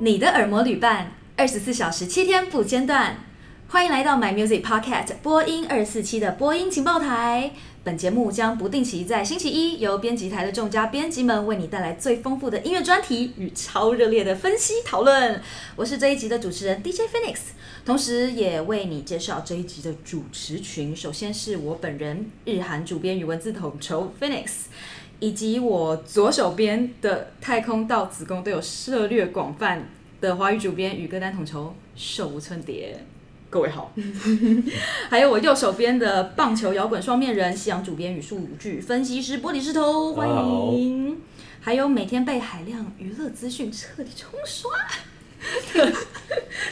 你的耳膜旅伴，二十四小时七天不间断。欢迎来到 My Music Pocket 播音二四七的播音情报台。本节目将不定期在星期一由编辑台的众家编辑们为你带来最丰富的音乐专题与超热烈的分析讨论。我是这一集的主持人 DJ Phoenix，同时也为你介绍这一集的主持群。首先是我本人，日韩主编与文字统筹 Phoenix。以及我左手边的太空到子宫都有涉略广泛的华语主编与歌单统筹手无寸铁，各位 好。还有我右手边的棒球摇滚双面人西洋主编与数据分析师玻璃石头，欢迎。还有每天被海量娱乐资讯彻底冲刷的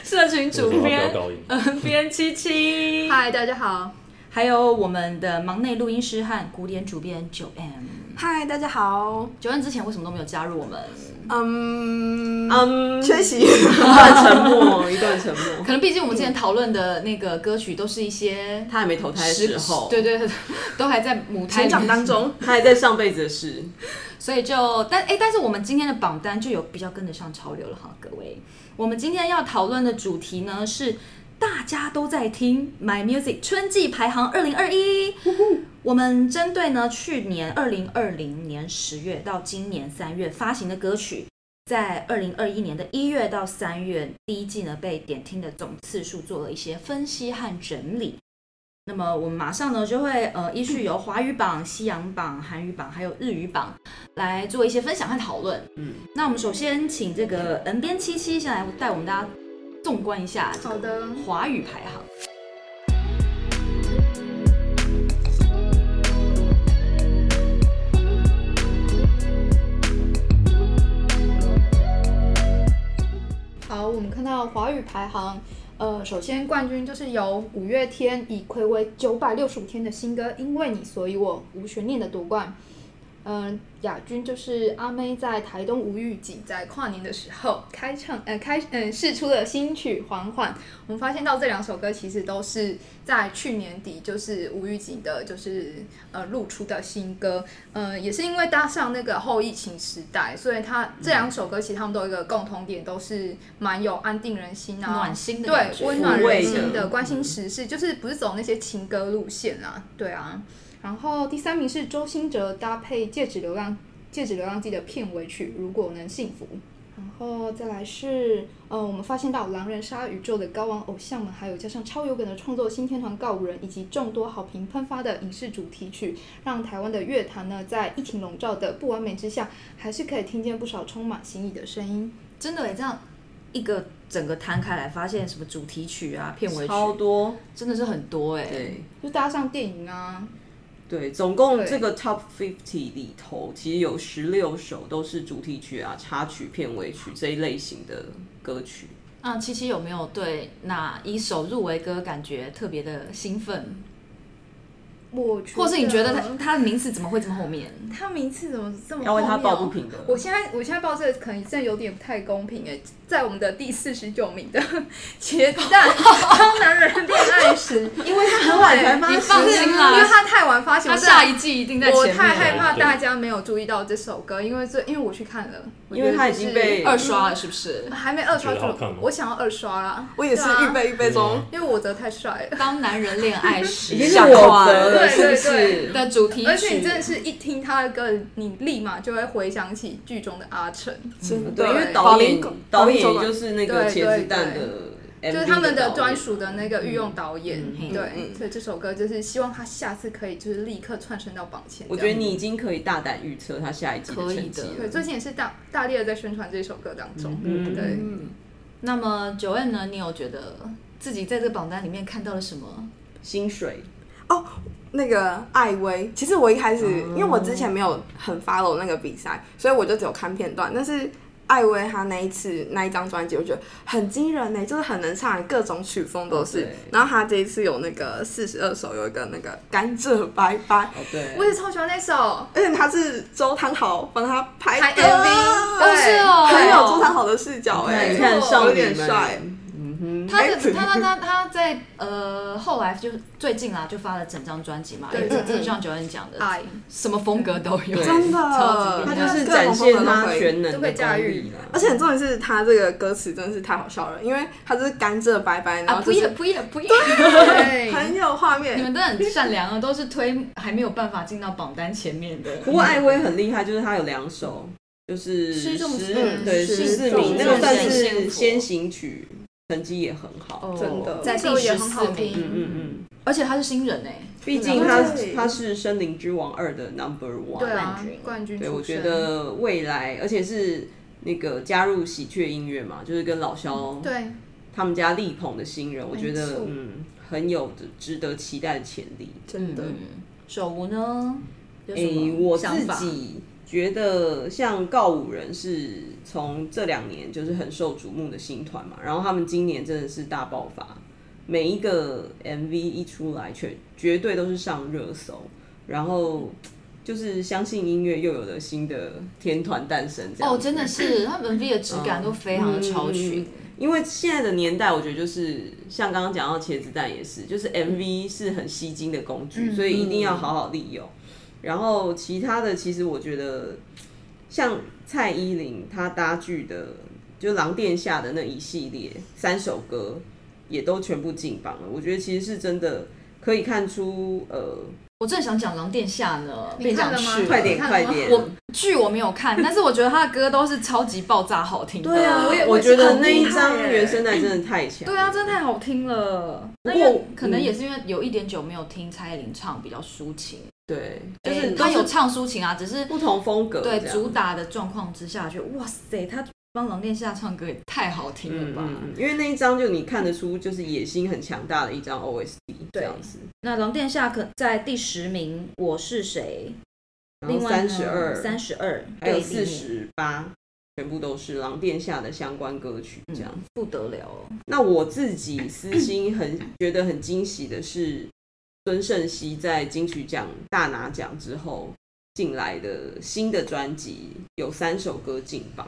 社群主编为什么要飙高音嗯，编七七，嗨，大家好。还有我们的忙内录音师和古典主编九 M。嗨，大家好。九恩之前为什么都没有加入我们？嗯，嗯，缺席。一段沉默，一段沉默。可能毕竟我们之前讨论的那个歌曲都是一些他还没投胎的时候，对对，对都还在母胎成里长当，中，他还在上辈子的事。所以就但哎、但是我们今天的榜单就有比较跟得上潮流了哈，各位。我们今天要讨论的主题呢是大家都在听 My Music 春季排行二零二一。我们针对呢去年二零二零年十月到今年三月发行的歌曲，在二零二一年的一月到三月第一季呢被点听的总次数做了一些分析和整理。那么我们马上呢就会呃依序由华语榜、西洋榜、韩语榜还有日语榜来做一些分享和讨论。嗯，那我们首先请这个 N 边七七先来带我们大家纵观一下这个好的华语排行。好，我们看到华语排行，呃，首先冠军就是由五月天以暌违九百六十五天的新歌《因为你所以我》无悬念的夺冠。嗯、亚军就是阿妹在台东无预警在跨年的时候开唱，呃，开嗯、试出了新曲《缓缓》。我们发现到这两首歌其实都是在去年底就是无预警的，就是呃露出的新歌。呃，也是因为搭上那个后疫情时代，所以嗯它这两首歌其实他们都有一个共同点，都是蛮有安定人心啊，暖心的感觉对，温暖抚慰人的嗯心的，关心时事，就是不是走那些情歌路线啦，对啊。然后第三名是周兴哲搭配《戒指流浪戒指流浪记》的片尾曲《如果能幸福》。然后再来是，呃，我们发现到狼人杀宇宙的高玩偶像们，还有加上超有梗的创作新天团告五人，以及众多好评喷发的影视主题曲，让台湾的乐坛呢，在疫情笼罩的不完美之下，还是可以听见不少充满新意的声音。真的耶，这样一个整个摊开来，发现什么主题曲啊、片尾曲，超多。真的是很多哎。对就搭上电影啊，对，总共对这个 Top Fifty 里头，其实有十六首都是主题曲啊、插曲、片尾曲这一类型的歌曲。那七七有没有对哪一首入围歌感觉特别的兴奋，我觉啊或是你觉得他他的名次怎么会这么后面？他名次怎么这么要为他嗯荒谬抱不平啊的我现在我现在报这个可能真的有点不太公平哎，在我们的第四十九名的茄 子蛋当男人恋爱时，因为他很晚才发啊你放心啦因为他太晚发行，他下一季一定在我前面。太害怕大家没有注意到这首歌，因为这因为我去看了，我因为他已经被二刷了是不是？还没二刷觉得好哦看吗我想要二刷啦，我也是对啊预备预备中，因为我泽太帅了。当男人恋爱时，已经是想我跨责了，对是不对是？的主题曲，而且你真的是一听他的歌，你立马就会回想起剧中的阿成，真对的，因为导演保龄导演也就是那个对对茄子蛋的 MV 导演，就是他们的专属的那个御用导演。嗯对，嗯所以这首歌就是希望他下次可以就是立刻窜升到榜前。我觉得。你已经可以大胆预测他下一季可的以成绩的对，了。最近也是大大力的在宣传这首歌当中，嗯对，那么九恩呢？你有觉得自己在这个榜单里面看到了什么？薪水那个艾薇，其实我一开始、哦因为我之前没有很 follow 那个比赛，所以我就只有看片段。但是艾薇她那一次那一张专辑，我觉得很惊人呢、欸就是很能唱，各种曲风都是。哦对然后她这一次有那个四十二首，有一个那个甘蔗拜拜，哦，对，我也超喜欢那首，而且她是周汤豪帮她拍拍的 MV，哦是哦对很有周汤豪的视角哎、你看没错少有女点们帅，他哎的怎他他他他在呃后来就是最近啊，就发了整张专辑嘛，对啊也嗯正嗯像九恩讲的，爱，什么风格都有，对真超的级，他厉就害是各展种风格现都他可以全能都的可以驾功力驭啦。而且重点是他这个歌词真的是太好笑了，因为他就是甘蔗白白，然啊！后不就也是不也不也，对，很有画 面你。们都很善良啊，都是推还没有办法进到榜单前面的。不过艾薇很厉害，就是她有两首，就是失重十嗯对失十四重名，那个算失重是先行曲，成绩也很好。哦真的在这第首也十很好四嗯名，听嗯嗯，而且他是新人哎，毕竟她对她是《森林之王二》的 Number One，对啊冠军，冠军出对，身，我觉得未来，而且是那个加入喜鹊音乐嘛，就是跟老萧嗯对，他们家力捧的新人，我觉没得错嗯很有值得期待的潜力。真的嗯，手无呢？有什诶、么哎我想自法己觉得像告五人是从这两年就是很受瞩目的新团嘛，然后他们今年真的是大爆发，每一个 MV 一出来，全绝对都是上热搜，然后就是相信音乐又有了新的天团诞生这样哦，子真的是他们 MV 的质感都非常的超群，因为现在的年代，我觉得就是像刚刚讲到茄子蛋也是，就是 MV 是很吸睛的工具，嗯所以一定要好好利用。然后其他的，其实我觉得像蔡依林她搭剧的，就《狼殿下》的那一系列三首歌，也都全部进榜了。我觉得其实是真的可以看出，呃，我正想讲《狼殿下》呢，你被看讲了吗去快点你看快了吗点，我剧我没有看，但是我觉得他的歌都是超级爆炸好听的。对啊，我也我我觉觉得得那一张很厉害耶原声带真的太强欸了。对啊，真的太好听了。那不因过为可能嗯也是因为有一点久没有听蔡依林唱比较抒情，对，就就是是都她有哎是唱抒情啊，只是不同风格这对样，主打的状况之下，觉得哇塞，她帮狼殿下唱歌也太好听嗯了吧。嗯嗯，因为那一张就你看得出，就是野心很强大的一张 OST 这样子。那狼殿下可在第十名，我是谁？然另后外三十二，三十二，还有对立四面十八，全部都是狼殿下的相关歌曲嗯这样。不得了哦。那我自己私心很觉得很惊喜的是，孙盛熙在金曲奖大拿奖之后进来的新的专辑有三首歌进榜，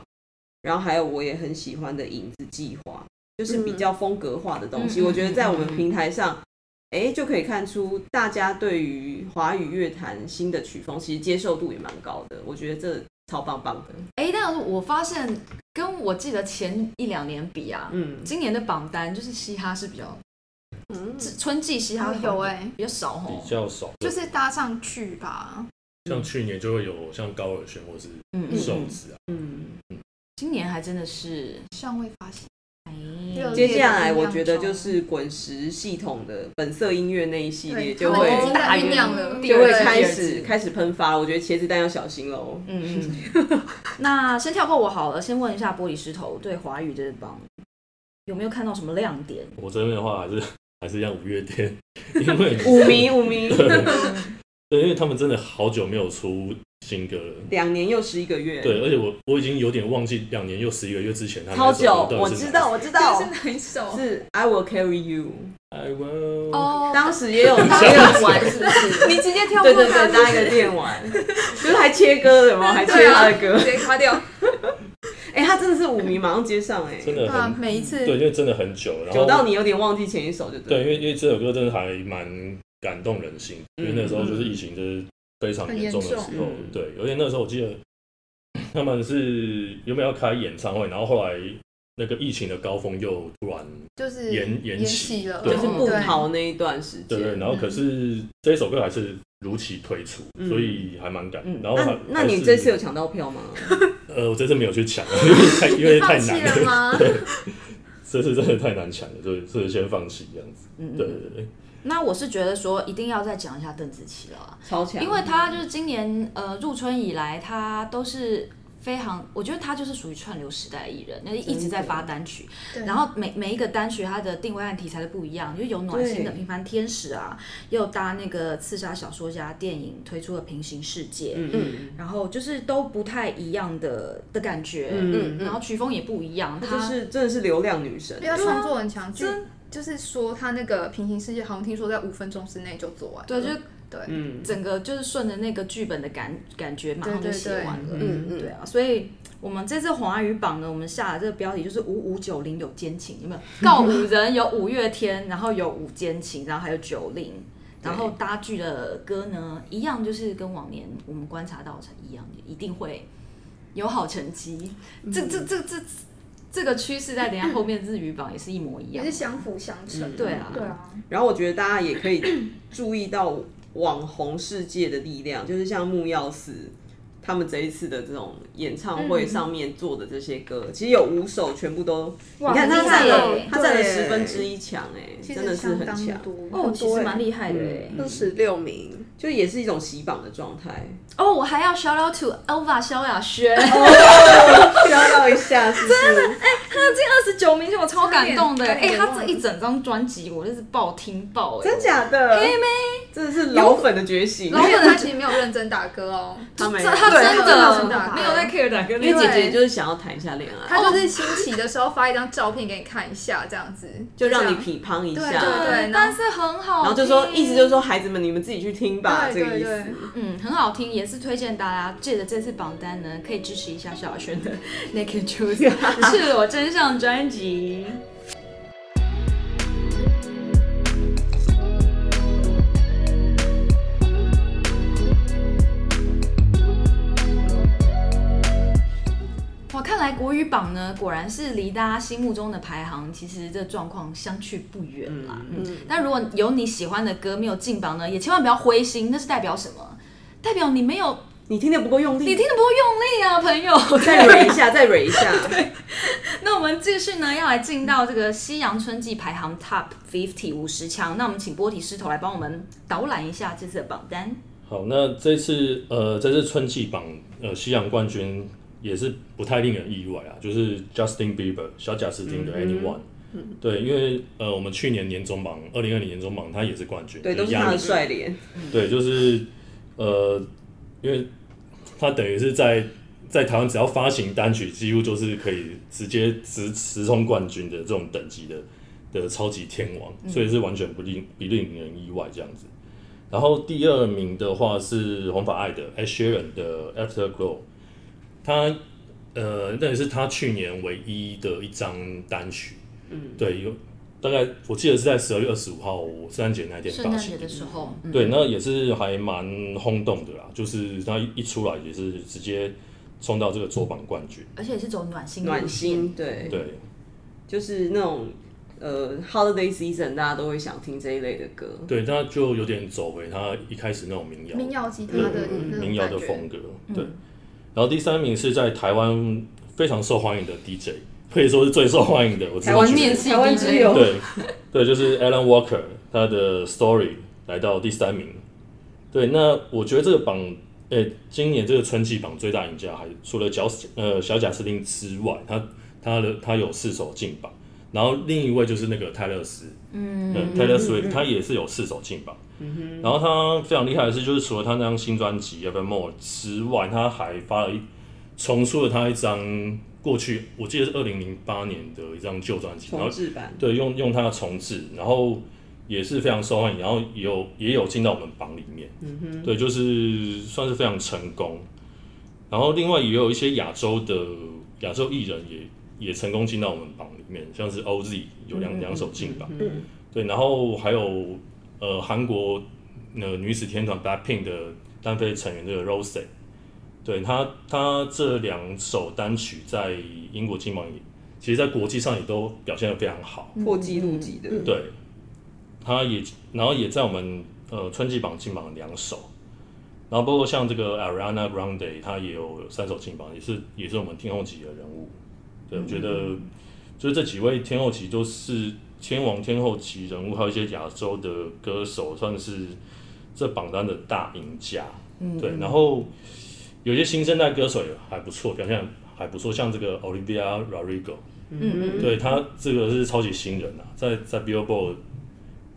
然后还有我也很喜欢的《影子计划》，就是比较风格化的东西。嗯我觉得在我们平台上，哎、就可以看出大家对于华语乐坛新的曲风其实接受度也蛮高的，我觉得这超棒棒的。哎，但是我发现跟我记得前一两年比啊，嗯，今年的榜单就是嘻哈是比较嗯是春季嘻哈然后有哎，比较少比哦。较少，就是搭上去吧，像去年就会有像高尔宣或是嗯嗯瘦嗯，子啊，嗯。今年还真的是尚未发现，哎热接烈下来我觉得就是滚石系统的本色音乐那一系列就对他们已经会大大酝酿了第就二会季开第二始季开始喷发了，我觉得茄子蛋要小心喽。嗯嗯。那先跳过我好了，先问一下玻璃石头对华语这帮有没有看到什么亮点？我这边的话还是 还是一样五月 天，因为五迷五迷， 对，因为他们真的好久没有出新歌了。两年又十一个月，对，而且我我已经有点忘记两年又十一个月之前他们超那首久歌，到我底是知哪道我知道这，是哪一首？是 I will carry you， I will 哦当时也 有大切家了很玩是不是？你直接跳对过对它对，搭一个电玩，就是还切歌的嘛，还切他的歌直，接卡 掉。哎，他真的是五迷马上接上哎，真的对啊，很每一次对，因为真的很久，然久到后你有点忘记前一首就对，对因为因为这首歌真的还蛮感动人心，因为那时候就是疫情就是非常严重的时很候严重，对，而且那时候我记得他们是有没有要开演唱会，然后后来那个疫情的高峰又突然就是延延延期期了，对就是嗯不逃那一段时对对，间。然后可是这首歌还是如期推出，嗯所以还蛮感动。，嗯然后还那那你还是这次有抢到票吗？呃，我这次没有去抢，因为太因为太放弃难了了，吗？ 这次真的太难抢了，所以所以先放弃这样子。嗯，嗯对。对对， 那我是觉得说一定要再讲一下邓紫棋了啊。超强，因为他就是今年呃入春以来，他都是非常，我觉得他就是属于串流时代艺人，那一直在发单曲，对然后每每一个单曲它的定位和题材都不一样，就有暖心的对平凡天使啊，也有搭那个刺杀小说家电影推出的平行世界，嗯嗯然后就是都不太一样的的感觉，嗯嗯然后曲风也不一样，她就他。是真的是流量女神因为，他创作很强，啊就就是说他那个平行世界好像听说在五分钟之内就做完了，对，就是对，嗯，整个就是顺着那个剧本的感感觉，马上就对对写对完了。嗯嗯对啊，所以我们这次华语榜呢，我们下的这个标题就是五五九零有奸情，有没有？告五人有五月天，然后有五奸情，然后还有九零，然后搭剧的歌呢，一样就是跟往年我们观察到的一样，一定会有好成绩。这这这这这个趋势在等一下后面日语榜也是一模一也 样是。相辅相成。嗯对啊对啊，然后我觉得大家也可以注意到网红世界的力量，就是像木曜四他们这一次的这种演唱会上面做的这些歌，其实有五首全部都，你哇看他很厉占了害他占了对十分之一强，哎，其真实的是相很当强，多，哦，很其多实欸蛮厉害的欸二十六名，就也是一种洗榜的状态， 哦，我还要 shout out to Elva 萧亚轩，飙到一下是不是？二十九名，我超感动的欸。差点哎、差点他忘这了一整张专辑我就是爆听爆哎、真假的？黑妹，真的是老粉的觉醒。而且他其实没有认真打歌哦，他没有这他对真他真的的是大牌没有在 care 哪个，因为姐姐对就是想要谈一下恋爱，他就是兴起的时候发一张照片给你看一下，这样子就让你这样批判一下，对对对但是很好，然后就说意思就是，说孩子们你们自己去听吧，这对个对意对思。嗯，很好听，也是推荐大家借着这次榜单呢，可以支持一下萧亚轩的 Naked Truth 赤裸真相专辑。哇，看来国语榜呢，果然是离大家心目中的排行，其实这状况相去不远啦。嗯，但如果有你喜欢的歌没有进榜呢，也千万不要灰心，那是代表什么？代表你没有，你听的不够用力，你听得不够用力啊，朋友。再蕊一下，再蕊一 下。 那我们继续呢，要来进到这个西洋春季排行 Top Fifty 五十强。那我们请波提师头来帮我们导览一下这次的榜单。好，那这次呃，这次春季榜呃，西洋冠军也是不太令人意外啊，就是 Justin Bieber 小贾斯嗯汀的 Anyone。对，因为呃，我们去年年终榜，二零二零年终榜，他也是冠军，对，就都是压他的你帅脸，嗯对，就是呃，因为他等于是在在台湾只要发行单曲，几乎就是可以直接直直冲冠军的这种等级的的超级天王，嗯所以是完全不令不令人意外这样子。然后第二名的话是红发爱的 a s h e r a n 的 Afterglow，他呃那也是他去年唯一的一张单曲，嗯，对，有大概我记得是在十二月二十五号我圣诞节那天圣发诞行节的时候，嗯，对，那也是还蛮轰动的啦，就是他一一出来也是直接冲到这个周榜冠军，而且也是走暖心路线暖心，对，对，就是那种呃 holiday season 大家都会想听这一类的歌，对，那就有点走回他一开始那种民谣民谣嗯吉他对的那种民谣的感觉嗯风格，对。然后第三名是在台湾非常受欢迎的 DJ，可以说是最受欢迎的，我知台道湾之觉得面之系台湾 DJ 之友，对对，就是 Alan Walker 他的 Story 来到第三名。对，那我觉得这个榜，诶、今年这个春季榜最大赢家还除了小呃小贾斯汀之外，他他的他有四首进榜，然后另一位就是那个泰勒斯，嗯，Taylor Swift 他也是有四首进榜。然后他非常厉害的是，就是除了他那张新专辑《Evermore》之外，他还发了一重出了他一张过去我记得是二零零八年的一张旧专辑，然后重置版，对，用用它的重置，然后也是非常受欢迎，然后也有也有进到我们榜里面，嗯哼，对，就是算是非常成功。然后另外也有一些亚洲的亚洲艺人也也成功进到我们榜里面，像是 OZ 有两两首进榜，嗯对，然后还有呃韩国呃女子天团 BLACKPINK 的单飞成员这个 Rose，对她她这两首单曲在英国金榜也，其实在国际上也都表现得非常好，嗯破纪录级的，对，她也然后也在我们呃春季榜进榜两首。然后包括像这个 Ariana Grande，她也有三首进榜，也是也是我们天后级的人物。对，我觉得就是这几位天后级都是天王天后级人物，还有一些亚洲的歌手，算是这榜单的大赢家。对，然后有一些新生代歌手也还不错，表现还不错，像这个 Olivia Rodrigo，嗯对他这个是超级新人啊，在在 Billboard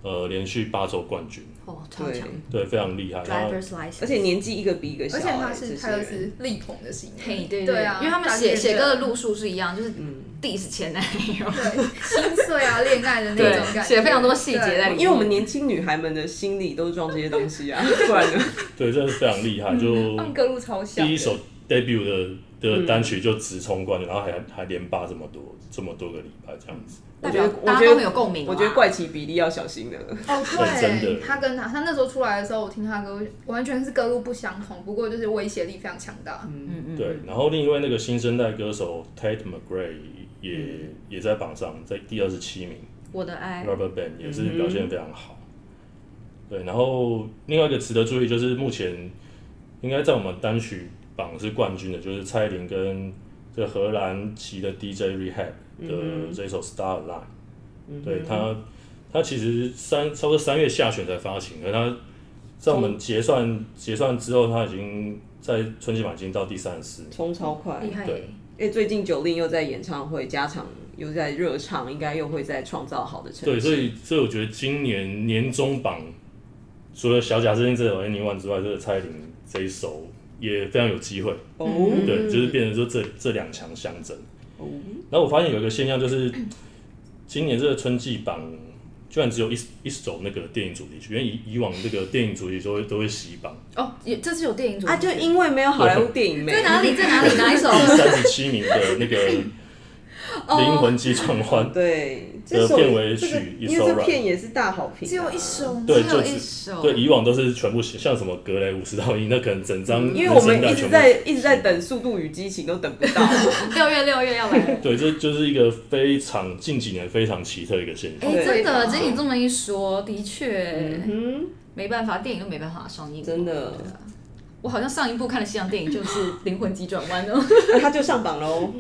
呃连续八周冠军，哦，超对强。对，非常厉害。然后 Driver's License，嗯而且年纪一个比一个小，而且他哎是这些泰勒人斯力捧的型，嘿，对对啊，因为他们大写学写生歌的路数是一样，就是嗯 diss 前男友，对心 碎啊，恋爱的那对种感觉，写非常多细节对在里面因为我们年轻女孩们的心里都装这些 东西啊，不然呢？对，真的是非常厉害。就嗯他们歌路超像的，第一首 debut 的的单曲就直冲冠军，然后还还连霸这么多这么多个礼拜这样子。我代觉表得我大家觉都很有得共鸣啦。啊我觉得怪奇比例要小心 的。哦，真对，的他跟他他那时候出来的时候，我听他歌完全是歌路不相同，不过就是威胁力非常强大。嗯嗯，对，然后另外那个新生代歌手 Tate McRae 也、也在榜上，在第二十七名我的爱， ，Rubber Band 也是表现非常好。对，然后另外一个值得注意就是目前应该在我们单曲榜是冠军的，就是蔡依林跟这个荷兰籍的 DJ Rehab 的这首 Star Line，、对嗯他他其实三差不多三月下旬才发行，而他在我们结算结算之后，他已经在春季榜已经到第三十四名。冲超快，厉害耶对！因为最近九令又在演唱会加场，又在热唱，应该又会再创造好的成绩。对，所以所以我觉得今年年终榜，除了小贾斯汀这首《Anyone》之外，这个蔡依林这一首也非常有机会。哦，对，就是变成说这这两强相争。然后我发现有一个现象就是，今年这个春季榜居然只有一一首那个电影主题曲，因为以以往这个电影主题曲都会都会洗榜，哦，也这是有电影主题啊，曲就因为没有好莱坞电影没在，哪里，在哪里，哪一 哦首？三十七名的那个灵魂急转弯，对，这首片尾曲这个 It's 因为这 Alright 片也是大好评啊，只有一首吗？对，只就有一是首，对，以往都是全部写，像什么格雷五十道音，那可能整张因为人我声们带一全直部在写一直在等《速度与激情》，都等不到。 六月六月要来了。对，这就是一个非常近几年非常奇特的一个现象。哎，对真的，经你这么一说，的确嗯没办法，电影都没办法上映。哼，真，的，啊我好像上一部看的西洋电影就是《灵魂急转弯》哦。 那他就上榜喽。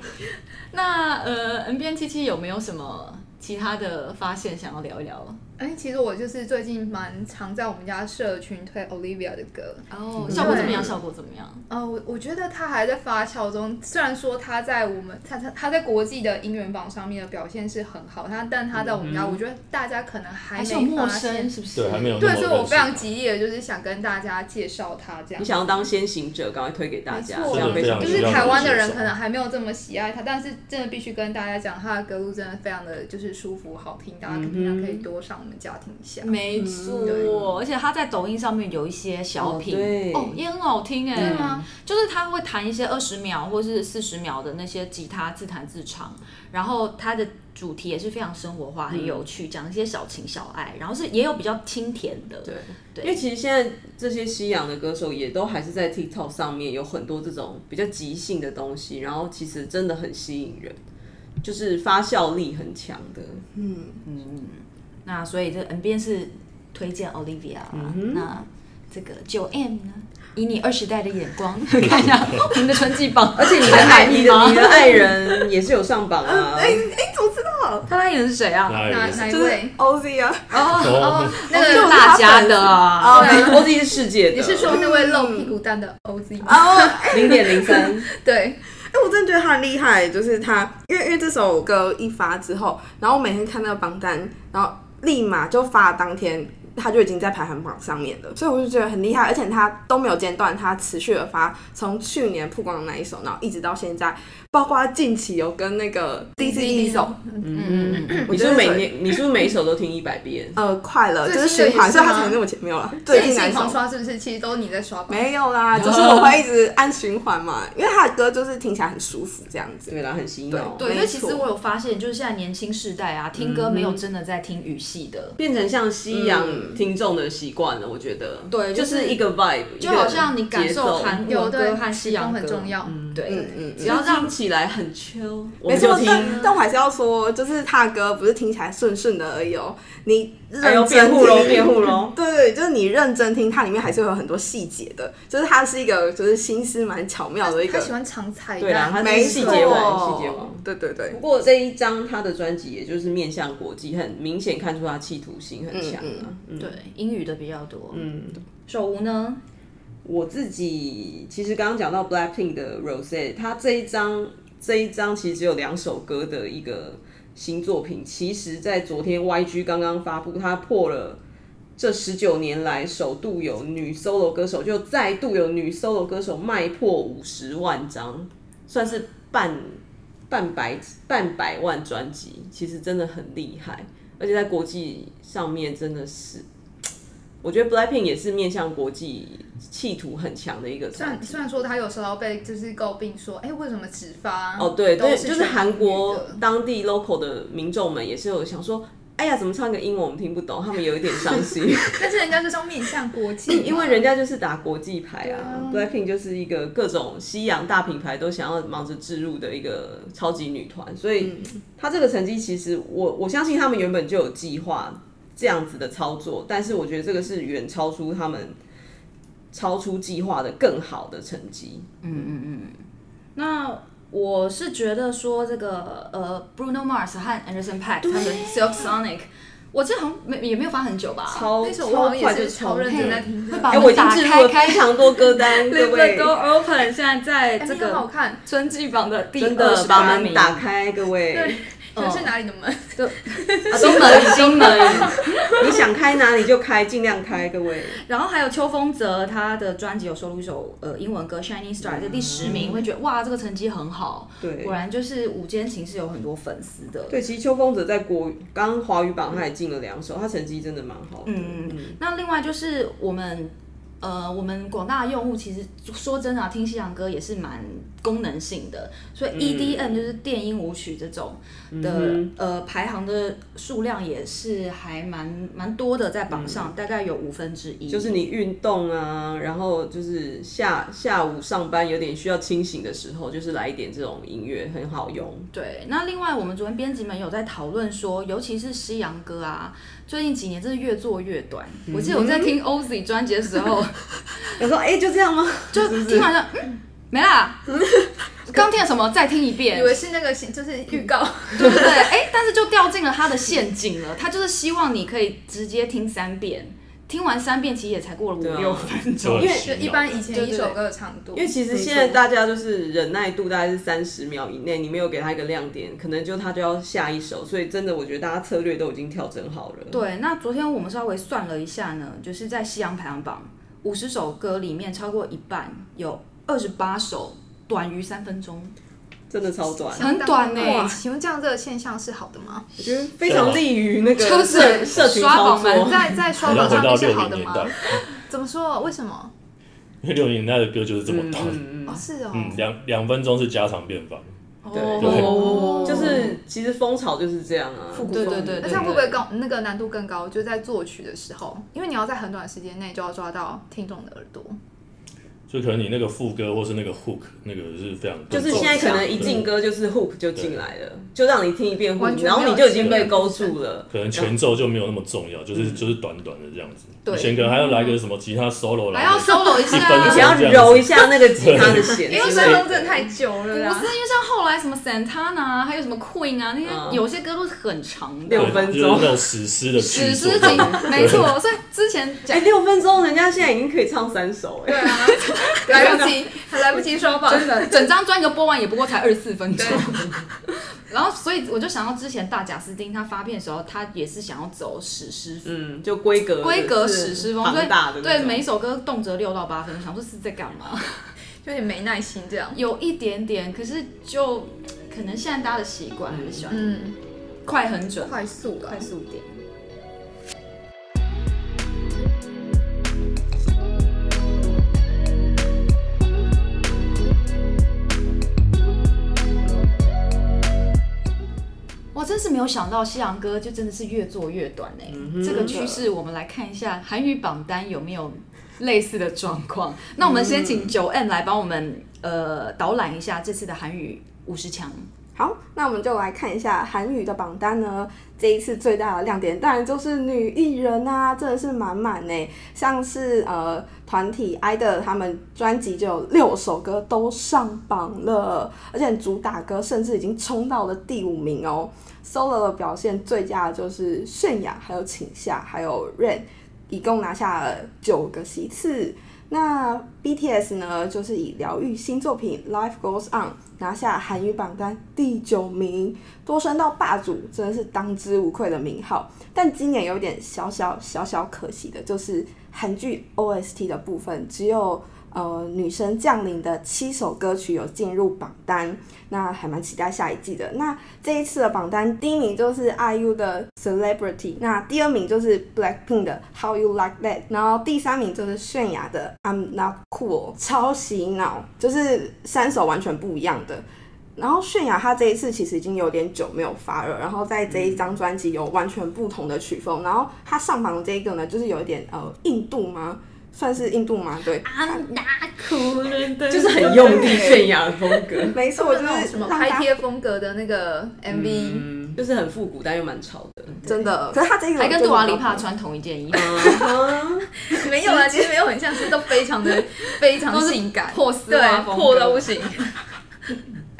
那呃，N B N 七七有没有什么其他的发现想要聊一聊？哎，其实我就是最近蛮常在我们家社群推 Olivia 的歌，哦，效果怎么样？效果怎么样？呃，我我觉得他还在发酵中。虽然说他在我们他他他在国际的音源榜上面的表现是很好，他但他在我们家，我觉得大家可能嗯还还是有没陌发生，现。是不是？对，还没有那对，么所以我认识非常激烈，就是想跟大家介绍他这样你。想要当先行者，赶快推给大家，没错这样非常这就个是非常台湾的人可能还没有这么喜爱他，但是真的必须跟大家讲，他的歌路真的非常的就是舒服好听，大家平常可以多上我们家听一下。没错，而且他在抖音上面有一些小品，嗯哦对哦也很好听哎对，吗？就是他会弹一些二十秒或是四十秒的那些吉他自弹自唱，然后他的主题也是非常生活化，很有嗯趣，讲一些小情小爱，然后是也有比较清甜的，对对因为其实现在这些西洋的歌手也都还是在 TikTok 上面有很多这种比较即兴的东西，然后其实真的很吸引人，就是发酵力很强的。那所以这 N 边是推荐 Olivia，、那嗯这个九 M 呢，以你二十代的眼光看一下我们的成绩榜，而且你的爱，你的你的爱人也是有上榜啊。哎，怎么知道？他的爱人是谁啊？哪哎哪里哪一就是位？ OZ 啊，哦，那是个大家的啊，哦，欧弟是世界的，你是说那位露屁股蛋的 OZ 吗？哦，零点零三？对，哎，我真的觉得他很厉害，就是他，因为因为这首歌一发之后，然后我每天看那个榜单，然后立马就发当天。他就已经在排行榜上面了，所以我就觉得很厉害，而且他都没有间断，他持续的发，从去年曝光的那一首，然后一直到现在，包括近期有跟那个 DC 一首，嗯嗯，你是不是每年，你是不是每一首都听一百遍？呃，快乐最就是新的循环，也是所以他吗才那么前没有了。最最近哪近一狂首？刷是不是？其实都你在刷吧？没有啦，啊只是我会一直按循环嘛，因为他的歌就是听起来很舒服这样子。对啦，很洗脑。对对，因为其没实错我有发现，就是现在年轻世代啊，听歌没有真的在听语系的，变成像西洋听众的习惯了，我觉得，对就就是是一个 vibe，就好像你感受韩，韩有国对歌，和西洋歌很重，要。对，嗯只要让听起来很 chill，我没们就错，听，但但我还是要说，就是他的歌不是听起来顺顺的而已哦，你哎认呦，真辩护喽，辩听，护喽。对对，就是你认真听，它里面还是会有很多细节的，就是它是一个就是心思蛮巧妙的一他个喜，欢藏彩对啦，蛋，他没是错细节王，细节王。对对对 不，过这一张他的专辑，也就是面向国际，很明显看出他企图心很强啊。嗯对英语的比较多。嗯，手无呢？我自己其实刚刚讲到 Blackpink 的 Rose，他这一张这一张其实只有两首歌的一个新作品。其实，在昨天 YG 刚刚发布，他破了这十九年来首度有女 solo 歌手，就再度有女 solo 歌手卖破五十万张，算是半半百半百万专辑，其实真的很厉害，而且在国际上面真的是。我我觉得 Blackpink 也是面向国际企图很强的一个虽团然体。虽然说他有时候被就是诟病说，哎、为什么只发哦，对都对，是就是全韩英语国的当地 local 的民众们也是有想说，哎呀，怎么唱个英文我们听不懂，他们有一点伤心。 但是人家就是要面向国际嘛，因为人家就是打国际牌啊，Blackpink 就是一个各种西洋大品牌都想要忙着置入的一个超级女团，所以嗯她这个成绩其实我我相信他们原本就有计划这样子的操作，但是我觉得这个是远超出他们超出计划的更好的成绩。嗯那我是觉得说这个呃，Bruno Mars 和 Anderson Paak 他们 Silk Sonic，我这好像没也没有发很久吧，超那时候我好像超快也就是超冲认真在听的，会把哎、我已经打置入开了开 非常多歌单，各 Leave 位 the door open，现在在哎这那个好个看，春季榜的第真二的十把八门名，打开，各位，这是哪里的门？新啊门新门。 你想开哪里就开，尽量开，各位。然后还有邱风泽，他的专辑有收录一首呃英文歌《Shining Star》，在第十名，会觉得哇，这个成绩很好。嗯对果然就是午间情是有很多粉丝的。对，其实秋风者在国刚刚华语榜他也进了两首，他成绩真的蛮好的。嗯，那另外就是我们呃，我们广大的用户其实说真的、啊，听西洋歌也是蛮功能性的，所嗯以 EDM 就是电音舞曲这种的、呃排行的数量也是还蛮蛮多的，在榜嗯上、大概有五分之一。就是你运动啊，然后就是下下午上班有点需要清醒的时候，就是来一点这种音乐很好用。对，那另外我们昨天编辑们有在讨论说，尤其是西洋歌啊，最近几年真的越做越短。我记得我在听 OZ 专辑的时候，我说哎、就这样吗？就听完了，嗯，没啦，刚听了什么，再听一遍以，为是那个行就是预告， 对不对？哎、但是就掉进了他的陷阱了。他就是希望你可以直接听三遍，听完三遍其实也才过了五对啊六分就钟。很就洗脑一般以对前对一首歌的长度，因为其实现在大家就是忍耐度大概是三十秒以内，你没有给他一个亮点，可能就他就要下一首。所以真的，我觉得大家策略都已经调整好了。对，那昨天我们稍微算了一下呢，就是在西洋排行榜五十首歌里面，超过一半有二十八首短于三分钟。真的超短，很短欸哇请问这样这个现象是好的 吗？我觉得非常利于那就个是社社群刷操榜作。文在在刷好像回榜上到面是六好零的年吗代？，怎么说？为什么？因为六零年代的歌就是这嗯么短，哦，是哦，嗯，两两分钟是家常便饭。对哦就是其实风潮就是这样啊，对对对那对这样对会不会更那个难度更高？就在作曲的时候，因为你要在很短时间内就要抓到听众的耳朵，就可能你那个副歌或是那个 hook 那个是非常就是现在可能一进歌就是 hook 就进来了，就让你听一遍完 hook，全然后没你有就已经被勾住了。可能全奏就没有那么重要，就是就是短短的这样子。对以前可能还要来个什么吉他 solo 还来要个 solo 一一分你下啊钟。要揉一下那个吉他 的弦，因为之三类的分钟真的太久了不是，因啦。为像后来什么 Santana 啊还有什么 Queen 啊，那些、嗯有些歌都是很长的六，对分就钟是那种史诗的史曲诗作级，没错。所以之前讲哎，六分钟，人家现在已经可以唱三首哎。对啊， 来不及，还来不及刷榜。真的，整张专辑都播完也不过才二十四分钟。 然后，所以我就想到之前大贾斯汀他发片的时候，他也是想要走史诗风，嗯，就规格规格史诗风，所庞大的以对那种每一首歌动辄六到八分钟，想说是在干嘛？ 有点没耐心这样。有一点点，可是就可能现在大家的习惯还是喜欢嗯，快很准，快速啊了快。速点。我真是没有想到西洋歌就真的是越做越短哎、这个趋势我们来看一下韩语榜单有没有类似的状况。那我们先请九 M 来帮我们呃导览一下这次的韩语五十强。好，那我们就来看一下韩语的榜单呢。这一次最大的亮点当然就是女艺人啊，真的是满满呢。像是呃团体 idol 他们专辑就有六首歌都上榜了，而且主打歌甚至已经冲到了第五名哦。solo 的表现最佳的就是泫雅，还有请夏，还有 Rain，一共拿下了九个席次。那 BTS 呢，就是以疗愈新作品《Life Goes On》拿下韩语榜单第九名，多升到霸主，真的是当之无愧的名号。但今年有点小小小小可惜的，就是韩剧 OST 的部分只有呃女生降临的七首歌曲有进入榜单，那还蛮期待下一季的。那这一次的榜单第一名就是 IU 的 Celebrity，那第二名就是 Blackpink 的 How You Like That，然后第三名就是泫雅的 I'm Not Cool，超洗脑，就是三首完全不一样的。然后泫雅她这一次其实已经有点久没有发了，然后在这一张专辑有完全不同的曲风，然后她上榜的这一个呢，就是有一点呃印度吗？算是印度吗？对， I'm not cool，对就是很用力泫雅的风格，没错，就那种是什么让她拍贴风格的那个 MV，、嗯，就是很复古但又蛮潮的。真的，可是她这一个还跟杜瓦瓦里帕穿同一件衣服，嗯没有啊，其实没有很像，是都非常的非常性感，破丝袜对，风破到格不。行。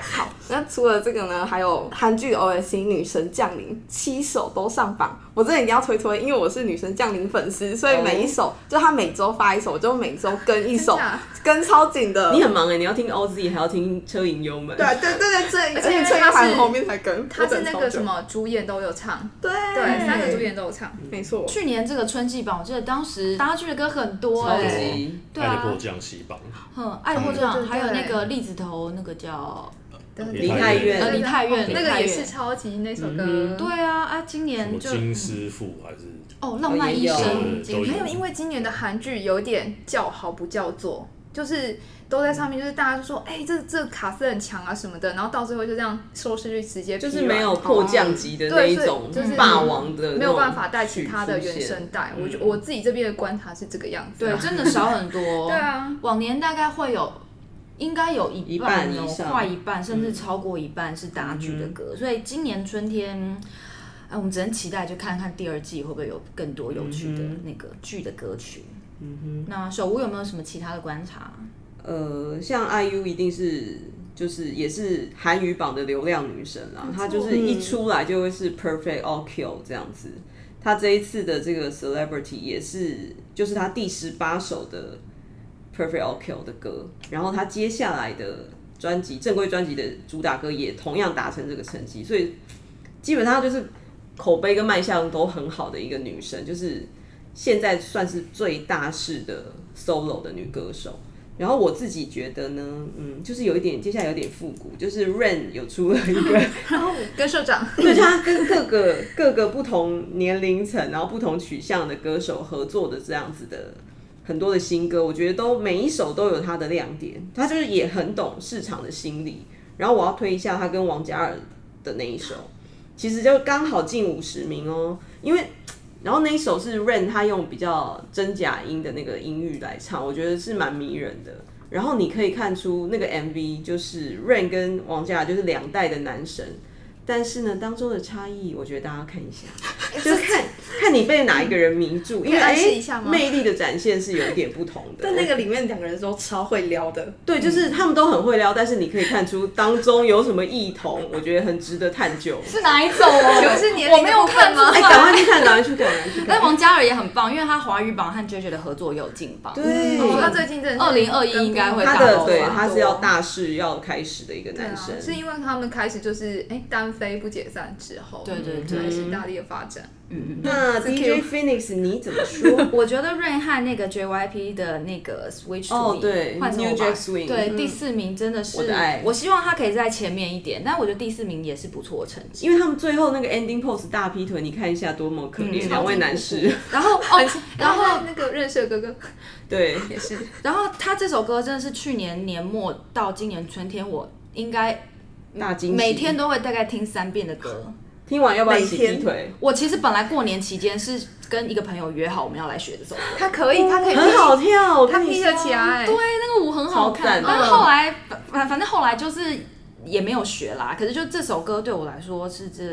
好，那除了这个呢，还有韩剧 OSC《女神降临》，七首都上榜。我真的一定要推推，因为我是《女神降临》粉丝，所以每一首、就她每周发一首，我就每周跟一首哦真啊假，跟超紧 的。你很忙哎、你要听 OZ，还要听车银优们，对啊对对对，最而而且且崔她涵是后面才跟，他我是等那超个久什，么主演都有唱，对对，三个主，演都有唱。没错。去年这个春季榜，我记得当时大家去的歌很多超哎，级对爱的啊，迫降西榜，嗯，爱嗯或这对样，对还有对那个栗子头，那个叫梨梨泰泰院呃院梨泰院哦那梨个泰也院是超级那首歌，嗯对啊啊，今什么年就金师傅还是哦，浪漫医对生，都今还年有，因为今年的韩剧有点叫好不叫座，就是都在上面，就是大家就说，哎、这这卡斯很强啊什么的，然后到最后就这样收视率直接就是疲软没有迫降级的那一种对所以就是霸王的那种没有办法带其他的曲原出现声带。我觉嗯我自己这边的观察是这个样子对，啊，真的少很多。 对啊，往年大概会有，应该有一半一哦半以，上快一半，甚至超过一半是打举的歌，所以今年春天。哎，我们只能期待，就看看第二季会不会有更多有趣的那个剧的歌曲。嗯哼，那手屋有没有什么其他的观察？呃，像 IU 一定是就是也是韩语榜的流量女神啦，她就是一出来就会是 perfect all kill 这样子。她这一次的这个 celebrity 也是就是她第十八首的 perfect all kill 的歌，然后她接下来的专辑正规专辑的主打歌也同样达成这个成绩，所以基本上就是口碑跟卖相都很好的一个女生，就是现在算是最大势的 solo 的女歌手。然后我自己觉得呢，嗯，就是有一点，接下来有点复古，就是 Rain 有出了一个， 跟社长对他跟各个各个不同年龄层，然后不同取向的歌手合作的这样子的很多的新歌，我觉得都每一首都有它的亮点，他就是也很懂市场的心理。然后我要推一下他跟王嘉尔的那一首，其实就刚好进五十名哦，因为然后那一首是 Rain 他用比较真假音的那个音域来唱，我觉得是蛮迷人的。然后你可以看出那个 MV 就是 Rain 跟王嘉尔就是两代的男神，但是呢当中的差异，我觉得大家看一下，就是看看你被哪一个人迷住，因为哎可以暗示哎一下吗魅力的展现是有一点不同的。但那个里面两个人都超会撩的，对，就是他们都很会撩，但是你可以看出当中有什么异同， 我觉得很值得探究。是哪 一种哦？就是年龄的我没有看部分吗哎，赶快去看，赶快去看，赶快去 但看。王嘉尔也很棒，因为他华语榜和 JJ 的合作也有进榜。对哦，他最近真的是2021跟应该会跟大他爆的发对，很他是要大事要开始的一个对男啊生，，是因为他们开始就是哎、单飞不解散之后，对对对开始大力的发展。嗯那 DJ Phoenix 你怎 么说？我觉得 Rain 和那个 JYP 的那个 Switch to 哦 Me 对换成 New 我吧 Jack Swing 对嗯第四名真的是我的爱我希望他可以在前面一点，但我觉得第四名也是不错的成绩。 因为他们最后那个 ending pose 大劈腿，你看一下多么可怜，两位男士。然后哦，然然后后那个认识的哥哥 对，也是， 然后他这首歌真的是去年年末到今年春天，我应该大惊喜。每天都会大概听三遍的歌。听完要不要一起每天劈腿？我其实本来过年期间是跟一个朋友约好我们要来学这首歌，他可哦以，他可以很好跳，我他跟你劈说得起啊来，对，那个舞很好看，超赞但是后来反反反正后来就是也没有学啦。可是就这首歌对我来说是这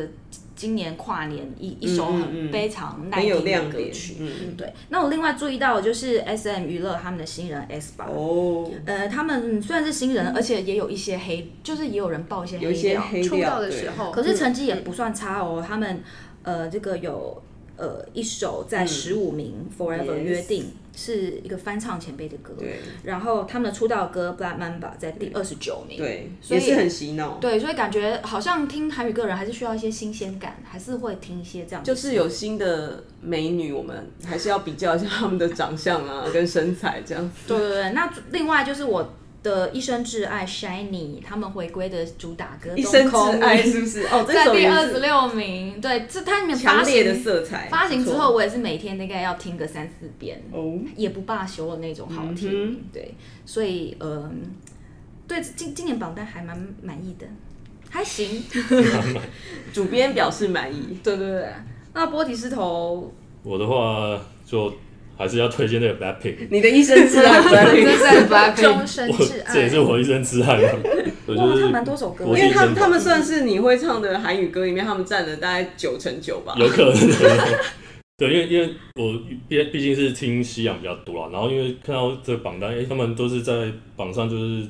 今年跨年一一首嗯很嗯非常耐很有听的亮歌点曲。。嗯，对，那我另外注意到的就是 S M 娱乐他们的新人 S 吧。哦，呃，他们虽然是新人，而且也有一些黑，就是也有人爆一些有黑一些料，黑出料道的对时候，哦可是成绩也不算差哦。他们呃，这个有呃一首在十五名 Forever 嗯 Yes 约定，是一个翻唱前辈的歌。对然后他们的出道歌《Black Mamba》在第二十九名。对，所也以是很洗脑，对，所以感觉好像听韩语歌人还是需要一些新鲜感，还是会听一些这样的就是有新的美女，我们还是要比较一下她们的长相啊，跟身材 这样。对对对，那另外就是我的一生挚爱 Shiny 他们回归的主打歌《一生东空挚爱是不是？哦，这在首第也二十是六名，对，这它里面发强烈的行色彩。发行之后，不我也是每天大概要听个三四遍，错，哦，也不罢休的那种好听。嗯对，所以嗯、呃对今今年榜单还蛮满意的，还 行。主编表示满意。对对对，那波提斯头我的话就还是要推荐那 个 Blackpink，你的一生挚爱真 Blackpink， 的 Blackpink，终身我挚爱。这也是我一生之爱嘛。我哎哇，就他是蛮多首歌我 因是为他们他们算是你会唱的韩语歌里面，他们占了大概九成九吧。有可能。 对，因为因为我毕毕竟是听西洋比较多啊啦，然后因为看到这个榜单，哎、他们都是在榜上，就是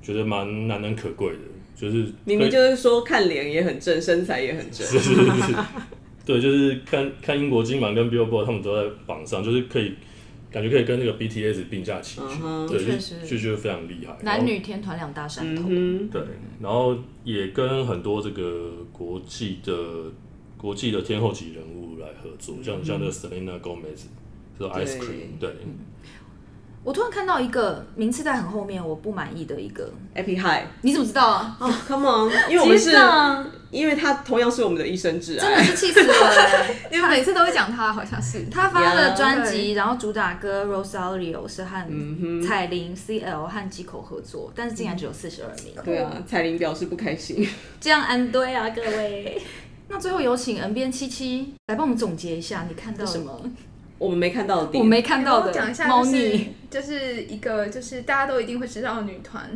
觉得蛮难能可贵的，就是明明就是说看脸也很正，身材也很 正。是是是是，对，就是看看英国金榜跟 Billboard 他们都在榜上，就是可以感觉可以跟那个 BTS 并驾齐驱嗯哼对，确就实就觉得非常厉害。然后男女天团两大山头。嗯对，然后也跟很多这个国际的国际的天后级人物来合作，像像那个 Selena Gomez，是 Ice 嗯对嗯 Cream，对，我突然看到一个名次在很后面，我不满意的一个，哼，Happy High 你怎么知道 啊？哦，Come on，因为我们是急，上因为他同样是我们的一生挚真的爱。是气死我了、欸！你们每次都会讲他，好像是他发了 Yeah，专 辑，然后主打歌《Rosario》是嗯和彩铃、CL 和几口合作，但是竟然只有四十二名，对啊，彩玲表示不开心。这样安堆啊，各位。 那最后有请 N 边七七来帮我们总结一下，你看到什么？我们没看到的点，我没看到我讲一的下，猫就是腻。就是一个就是大家都一定会知道的女团，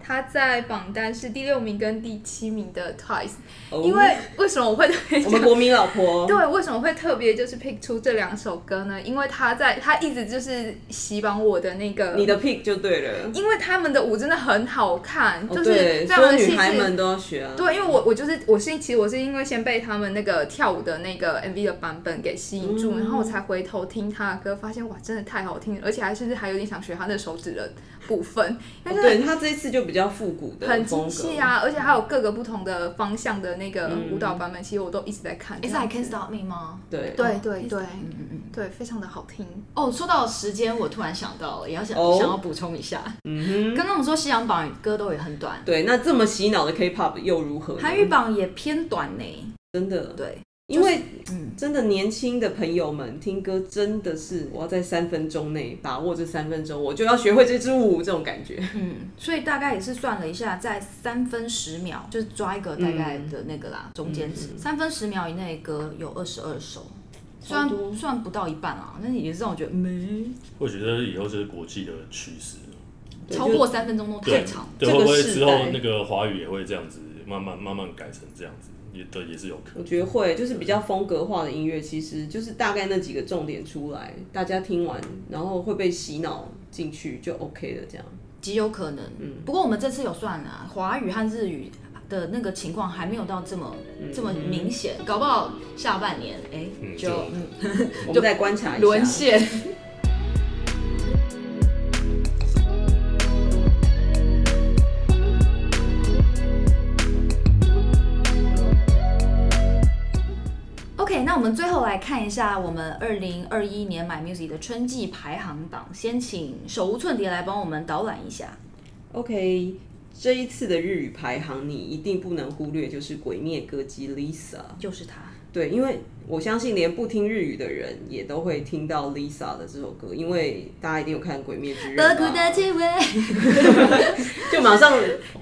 她在榜单是第六名跟第七名的 Twice。哦因为为什么我会对 我们国民老婆，对为什么会特别就是 pick 出这两首歌呢？因为她在她一直就是洗版我的那个你。的 pick 就对了。因为他们的舞真的很好看，哦就是非对，所常有的细女孩致，们都要学啊。对，因为我我就是我是其实我是因为先被他们那个跳舞的那个 MV 的版本给吸引住，然嗯后我才回头听他的歌，发现哇，真的太好听了，而且还甚至还有点想学他的手指的部分，因为哦真的对，她这一次就比较复古的很风精格细。啊，而且还有各个不同的方向的那个舞嗯蹈版本，其实我都一直在看。 Is I Can't Stop Me 吗？对对对对嗯嗯嗯。对，非常的好听。哦，说到时间，我突然想到了，也要想、哦想要补充一下。嗯哼，刚刚我们说西洋榜歌都也很短，对，那这么洗脑的 K-pop 又如何呢？韩语榜也偏短呢。真的，对，因为嗯，真的年轻的朋友们听歌真的是，我要在三分钟内把握这三分钟，我就要学会这支舞，这种感觉。 嗯，所以大概也是算了一下，在三分十秒，就是抓一个大概的那个啦，中间值三、分十秒以内的歌有二十二首，虽超然多虽然不到一半啊，但是也是让我觉得嗯没我觉得以后这是国际的趋势，对超过三分钟都太对长。对，这个会不会世之后代那个华语也会这样子，慢慢慢慢改成这样子，也对，也是有可我能。觉得会，就是比较风格化的音乐，其实就是大概那几个重点出来，大家听完然后会被洗脑进去就 OK 了，这样。极有可能。不过我们这次有算了、啊，华语和日语的那个情况还没有到这么、这么明显，搞不好下半年哎、嗯就就嗯我们再观察一下。沦陷。OK，那我们最后来看一下我们二零二一年 My Music 的春季排行榜，先请手无寸铁来帮我们导览一下。 OK，这一次的日语排行你一定不能忽略，就是《鬼灭歌姬》Lisa。就是他，对，因为我相信连不听日语的人也都会听到 Lisa 的这首歌，因为大家一定有看《鬼灭之刃》吧，气味。就马上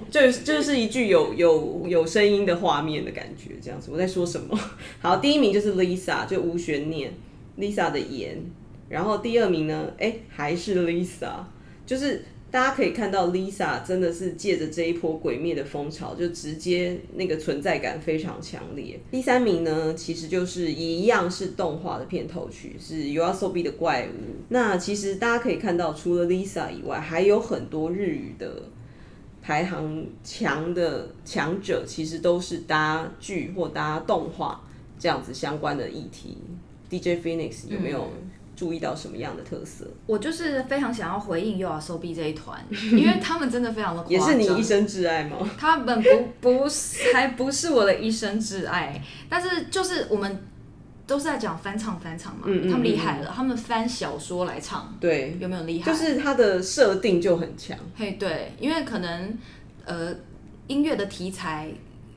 就是就是一句有有有声音的画面的感觉，这样子。我在说什么？ 好，第一名就是 Lisa，就无悬念，Lisa 的言。然后第二名呢，哎，还是 Lisa，就是大家可以看到 Lisa 真的是借着这一波鬼灭的风潮，就直接那个存在感非常强烈。第三名呢，其实就是一样是动画的片头曲，是 YOASOBI 的怪物。那其实大家可以看到，除了 Lisa 以外，还有很多日语的。排行强的强者，其实都是搭剧或搭动画这样子相关的议题嗯 DJ Phoenix 有没有注意到什么样的特色？我就是非常想要回应 You Are So B 这一 团，因为他们真的非常的夸也张。是你一生挚爱吗？他们不不是还不是我的一生挚爱，但是就是我们都是在讲翻唱翻唱嘛，嗯嗯他们厉害了，他们翻小说来唱，对，有没有厉害？就是它的设定就很强。嘿，对，因为可能呃音乐的题材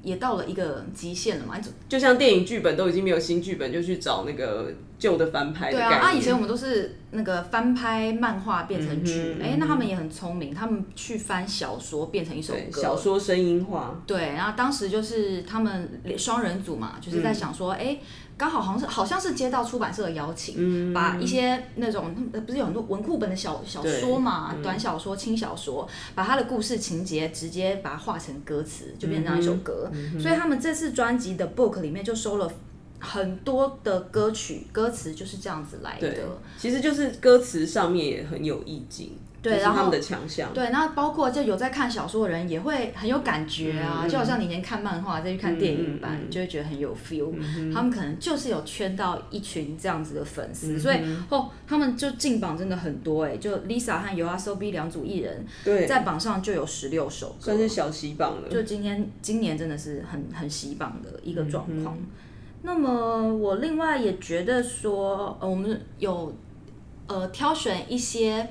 也到了一个极限了嘛，就就像电影剧本都已经没有新剧本，就去找那个旧的翻拍的对概啊，念。啊，以前我们都是那个翻拍漫画变成剧嗯，哼哎、那他们也很聪明，他们去翻小说变成一首对歌，小说声音化，对，然后当时就是他们双人组嘛，就是嗯在想说，哎、刚好好像是好像是接到出版社的邀请，嗯把一些那种呃不是有很多文库本的小小说嘛，嗯短小说、轻小说，把它的故事情节直接把它画成歌词，就变成嗯一首歌。所以他们这次专辑的 book 里面就收了很多的歌曲，歌词就是这样子来的对。，其实就是歌词上面也很有意境，对就是然后他们的强项。对，那包括就有在看小说的人也会很有感觉嗯啊，就好像你以前看漫画再去看电影版，就会觉得很有 feel、他嗯们可能就是有圈到一群这样子的粉嗯丝，所以哦，他们就进榜真的很多哎、就 Lisa 和 y o a s o b 两组艺人对，在榜上就有十六首歌算，是小洗榜了。就今天今年真的是很很洗榜的一个状嗯况。那么我另外也觉得说，呃，我们有呃挑选一些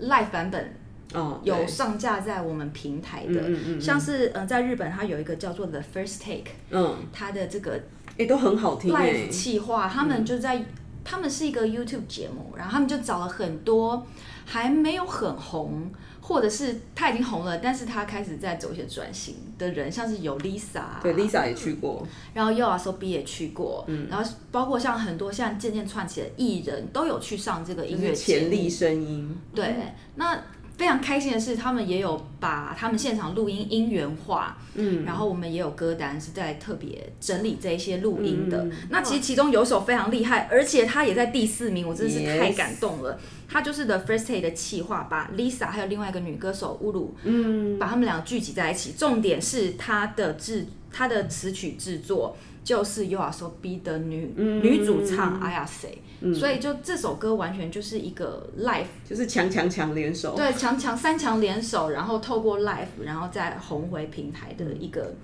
live 版本。哦，对有上架在我们平台的，嗯嗯嗯像是呃，在日本它有一个叫做 The First Take，嗯，它的这个哎，都很好听 live 哎。企划，他们就嗯在、他们是一个 YouTube 节目，然后他们就找了很多还没有很红，或者是他已经红了，但是他开始在走一些转型的人，像是有 Lisa，啊对，Lisa 嗯也去过，然后 U R S O B 也去过，然后包括像很多现在渐渐串起的艺人都有去上这个就音乐是节潜目力声音，对，那非常开心的是，他们也有把他们现场录音音源化，嗯，然后我们也有歌单是在特别整理这一些录音的。那其实其中有一首非常厉害，而且它也在第四名，我真的是太 Yes 感动了。它就是 The First Day 的企划，把 Lisa 还有另外一个女歌手乌鲁，嗯，把他们俩聚集在一起。重点是她的制，她的词曲制作就是 You Are So B 的女、女主唱 Ayase，、所以就这首歌完全就是一个 live 就是强强强联手。对，强强三强联手，然后透过 Life，然后再红回平台的一个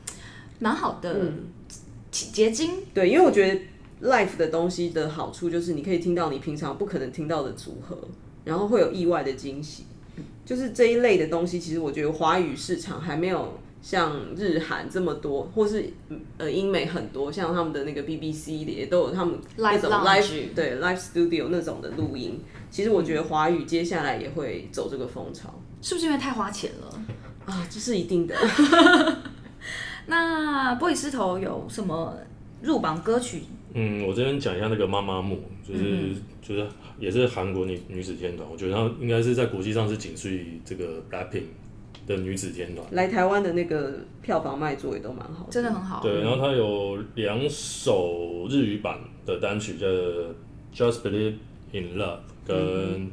蛮好的结结晶。对，因为我觉得 life 的东西的好处就是你可以听到你平常不可能听到的组合，然后会有意外的惊喜。就是这一类的东西，其实我觉得华语市场还没有像日韩这么多，或是嗯呃英美很多，像他们的那个 BBC 的也都有他们 Live 那种 lounge live 对 live studio 那种的录音。其实我觉得华语接下来也会走这个风潮是不是因为太花钱了？啊，这是一定的。 那波里斯头有什么入榜歌曲？嗯，我这边讲一下那个妈妈木，就是、嗯就是也是韩国女女子天团，我觉得她应该是在国际上是仅次于这个 Blackpink 的女子天团。来台湾的那个票房卖座也都蛮好，真的很好。对，然后她有两首日语版的单曲，叫《Just Believe in Love》跟《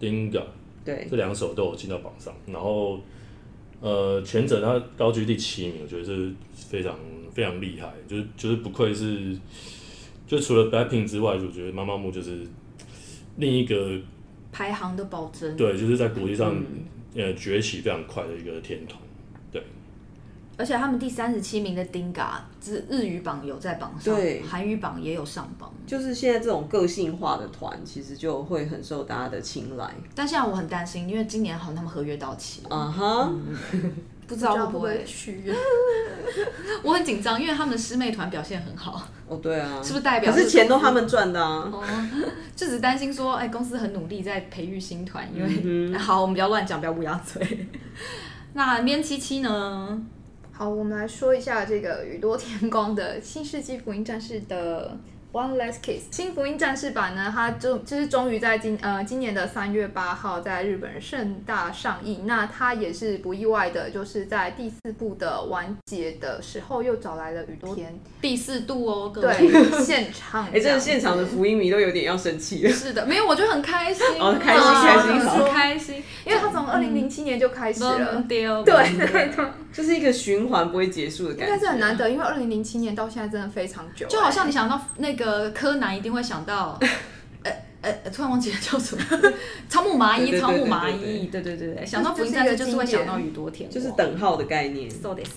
Dinga》，对，这两首都有进到榜上。然后，呃，前者他高居第七名，我觉得是非常非常厉害，就是就是不愧是，就除了 Blackpink 之外，我觉得妈妈木就是另一个排行的保证。对，就是在国际上、呃崛起非常快的一个天团。对，而且他们第三十七名的 Dinga，是日语榜有在榜上对，韩语榜也有上榜。就是现在这种个性化的团，其实就会很受大家的青睐。但现在我很担心，因为今年好像他们合约到期了，啊哈，嗯不知不道知会道会不不会会。去？我很紧张，因为他们的师妹团表现很好。哦对啊，是不是代表可是是钱都他们赚的啊？哦就只担心说，哎，公司很努力在培育新团，因为、嗯 好，我们不要乱讲，不要乌鸦嘴。 那面七七呢？好，我们来说一下这个宇多田光的《新世纪福音战士》的。One Last Kiss 新福音战士版呢，它就就是终于在今呃今年的三月八号在日本盛大上映。那它也是不意外的，就是在第四部的完结的时候，又找来了宇多田第四度哦，各位。对现场。 哎、这个现场的福音迷都有点要生气了。是的，没有，我就很开心，嗯哦开心开心啊很好开心，嗯因为他从二零零七年就开始了，嗯丢，对对对，就是一个循环不会结束的应感觉。该是很难得，因为二零零七年到现在真的非常久，就好像你想到那个柯南一定会想 到，呃呃，突然忘记了叫什么，草木麻衣，对对对草木麻对衣，对对对对对，想到福音战士这是一个就是会经想典到宇多田光，就是等号的概念。 so this。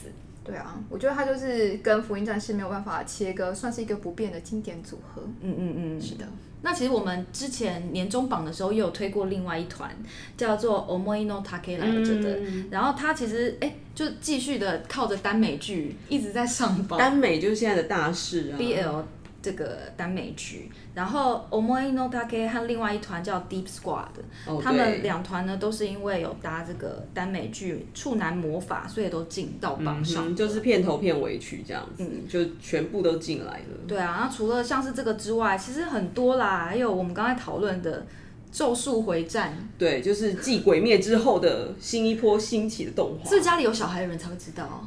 对啊，我觉得他就是跟福音战士没有办法切割，算是一个不变的经典组合。嗯嗯嗯，是的。那其实我们之前年终榜的时候也有推过另外一团，叫做 Omoino Take 来着的。嗯然后它其实哎、就继续的靠着耽美剧一直在上榜。耽美就是现在的大事啊。 BL 这个耽美剧，然后 Omoino Take 和另外一团叫 Deep Squad，、哦他们对两团呢都是因为有搭这个耽美剧《处男魔法》，所以都进到榜嗯上、哼就是片头片尾曲这样子，嗯就全部都进来了。对啊，那除了像是这个之外，其实很多啦，还有我们刚才讨论的《咒术回战》，对，就是继《鬼灭》之后的新一波兴起的动画是不。是家里有小孩的人才会知道哦？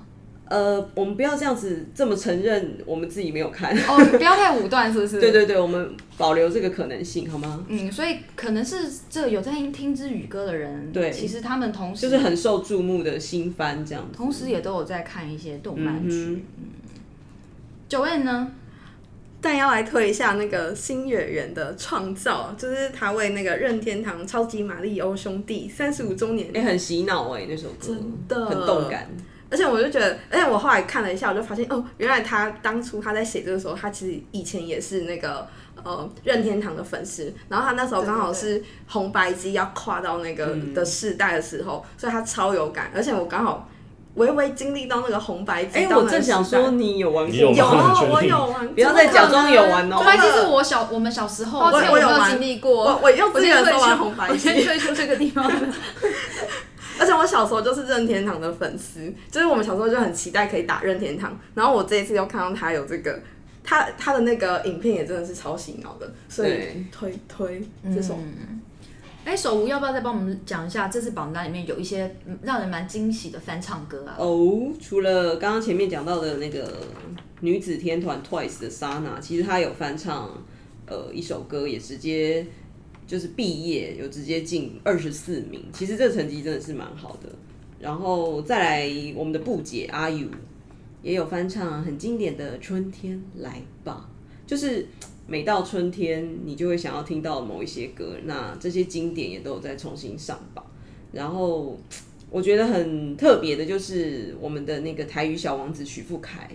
呃，我们不要这样子这么承认我们自己没有看。 哦，不要太武断，是不是？ 对。对对，我们保留这个可能性好吗？嗯，所以可能是这有在听之宇歌的人，对其实他们同时就是很受注目的新番这样子。同时也都有在看一些动漫嗯剧。九 N 呢？但要来推一下那个新月圆的创造，就是他为那个任天堂超级马里欧兄弟三十五周年也、很洗脑哎、那首歌真的很动感。而且我就觉得，而且我后来看了一下，我就发现哦，原来他当初他在写这个时候，他其实以前也是那个呃任天堂的粉丝，然后他那时候刚好是红白机要跨到那个嗯的世代的时候，所以他超有感，而且我刚好微微经历到那个红白机。哎、我正想说，你有玩你过有有吗？吗啊，我 有玩，不要再假装有玩哦红白机是啊我小我们小时候，抱歉，我我没有有玩经历我过。我用我资先源退都玩出红白我机先。退出这个地 方。 而且我小时候就是任天堂的粉丝，就是我们小时候就很期待可以打任天堂。然后我这一次又看到他有这个，他他的那个影片也真的是超洗脑的，所以对推推这首。哎，手无要不要再帮我们讲一下这次榜单里面有一些嗯让人蛮惊喜的翻唱歌啊？哦，除了刚刚前面讲到的那个女子天团 Twice 的 Sana，其实她有翻唱呃一首歌，也直接就是毕业，有直接进二十四名。其实这成绩真的是蛮好的。然后再来我们的布姐阿 U 也有翻唱很经典的《春天来吧》，就是每到春天，你就会想要听到某一些歌，那这些经典也都有在重新上榜。然后我觉得很特别的就是我们的那个台语小王子许富凯，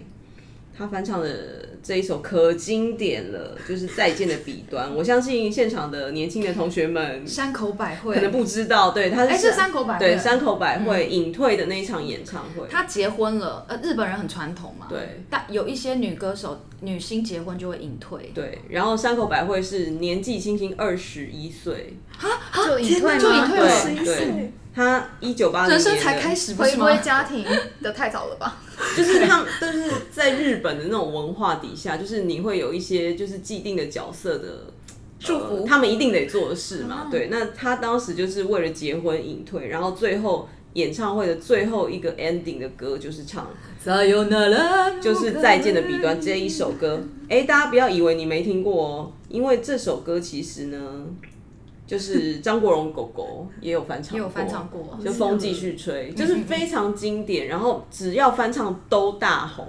他翻唱的这一首可经典了，就是《再见的彼端》。 我相信现场的年轻的同学们山口百惠可能不知道，对，他是哎是山口百惠嗯对山口百惠隐退的那一场演唱会，她结婚了，呃，日本人很传统嘛，对，但有一些女歌手、女星结婚就会隐退，对，然后山口百惠是年纪轻轻二十一岁，啊就隐退吗？就隐退了21对岁对，她一九八零人生才开始不回是吗？归家庭的太早了吧？就是他们，就是在日本的那种文化底下，就是你会有一些就是既定的角色的呃祝福他们一定得做的事啊嘛。对，那他当时就是为了结婚隐退，然后最后演唱会的最后一个 ending 的歌就是唱就是《再见的彼端》这一首 歌。哎、大家不要以为你没听过哦，因为这首歌其实呢，就是张国荣狗狗也有翻唱，也有嗯翻唱过就《风继续吹》，就是非常经典。然后只要翻唱都大红，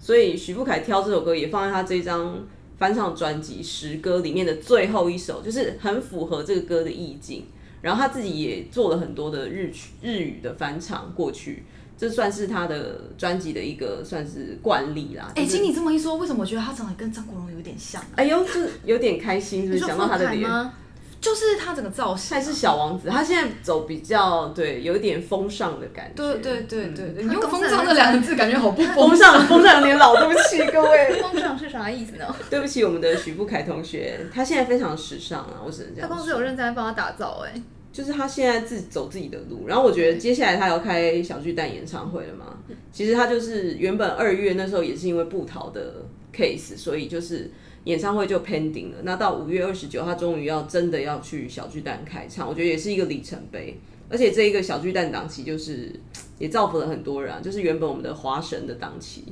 所以徐富凯挑这首歌也放在他这张。翻唱专辑《十歌》里面的最后一首，就是很符合这个歌的意境。然后他自己也做了很多的日曲日语的翻唱过去，这算是他的专辑的一个算是惯例啦。哎，就是经你这么一说，为什么我觉得她长得跟张国荣有点像啊？哎呦，就是有点开心，是不你是说想富到他的凯脸？吗？就是她整个造型啊，还是小王子，他现在走比较对，有一点风尚的感觉。对对对对对，你用“她公风司尚”很这两个字，感觉好不风风。尚风尚有点老，对不起各位，风尚是啥意思呢？ 对不起我们的徐富凯同学，他现在非常时尚啊，我只能这他样公司说。有认真帮他打造哎、就是他现在自己走自己的路，然后我觉得接下来他要开小巨蛋演唱会了嘛。其实他就是原本二月那时候也是因为布桃的 case，所以就是演唱会就 pending 了。那到五月二十九，他终于要真的要去小巨蛋开唱，我觉得也是一个里程碑。而且这一个小巨蛋档期就是也造福了很多人、啊，就是原本我们的华神的档期。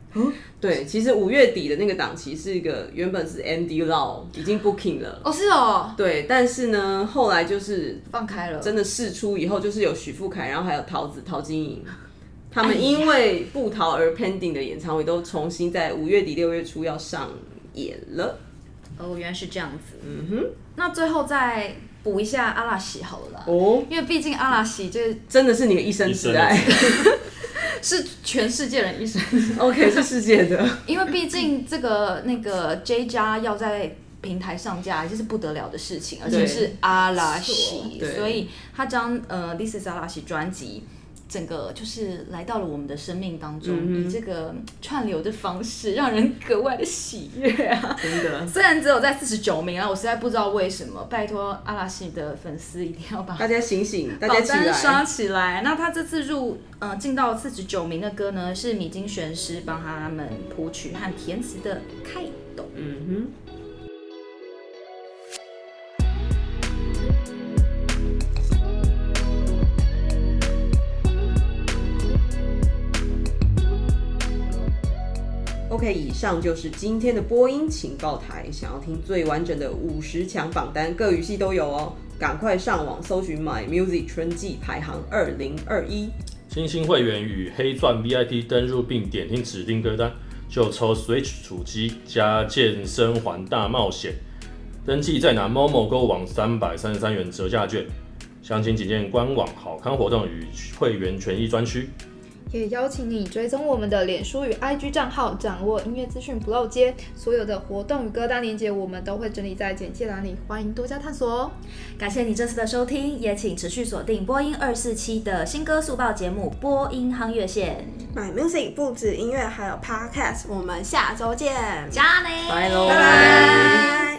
对，其实五月底的那个档期是一个原本是 Andy Lau 已经 booking 了，哦，是哦，对，但是呢后来就是放开了，真的试出以后，就是有许富凯，然后还有桃子、陶晶莹，他们因为不逃而 pending 的演唱会都重新在五月底六月初要上演了。哦，原来是这样子。嗯哼，那最后再补一下阿拉西好了啦，哦，因为毕竟阿拉西就是真的是你的一生挚爱。是全世界人一生， OK，是世界的。因为毕竟这个那个 J 加要在平台上架，就是不得了的事情，而且对是阿拉西没错，对所以他将呃《This Is 阿拉西》专辑。整个就是来到了我们的生命当中，嗯哼以这个串流的方式，让人格外的喜悦啊！ 真的，虽然只有在四十九名啊，我实在不知道为什么。拜托阿拉西的粉丝一定要把大家醒醒，大保家起单刷来。起来。那他这次入呃进到四十九名的歌呢，是米津玄师帮他们谱曲和填词的开头。嗯哼。OK，以上就是今天的播音情报台。想要听最完整的五十强榜单，各语系都有哦。赶快上网搜寻 My Music 春季排行二零二一。新兴会员与黑钻 VIP 登入并点进指定歌单，就抽 Switch 主机加健身环大冒险。登记再拿 Momo 购物网三百三十三元折价券，详情请见官网好康活动与会员权益专区。也邀请你追踪我们的脸书与 IG 账号，掌握音乐资讯不漏接。所有的活动与歌单链接，我们都会整理在简介栏里，欢迎多加探索哦。感谢你这次的收听，也请持续锁定播音二四七的新歌速报节目《播音夯乐线 My Music 不止音乐，还有 Podcast，我们下周见，加呢，拜喽拜拜。